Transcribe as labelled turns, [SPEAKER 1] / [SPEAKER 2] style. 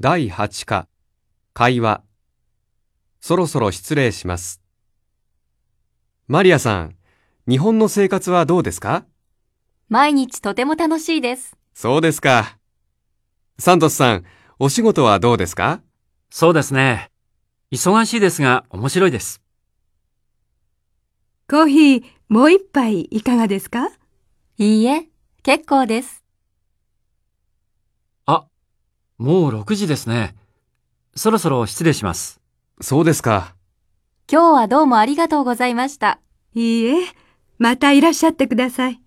[SPEAKER 1] 第8課、会話。そろそろ失礼します。マリアさん、日本の生活はどうですか
[SPEAKER 2] 毎日とても楽しいです。
[SPEAKER 1] そうですか。サントスさん、お仕事はどうですか
[SPEAKER 3] そうですね。忙しいですが面白いです。
[SPEAKER 4] コーヒーもう一杯いかがですか
[SPEAKER 2] いいえ、結構です。
[SPEAKER 3] あ、もう6時ですね。そろそろ失礼します。
[SPEAKER 1] そうですか。
[SPEAKER 2] 今日はどうもありがとうございました。
[SPEAKER 4] いいえ、またいらっしゃってください。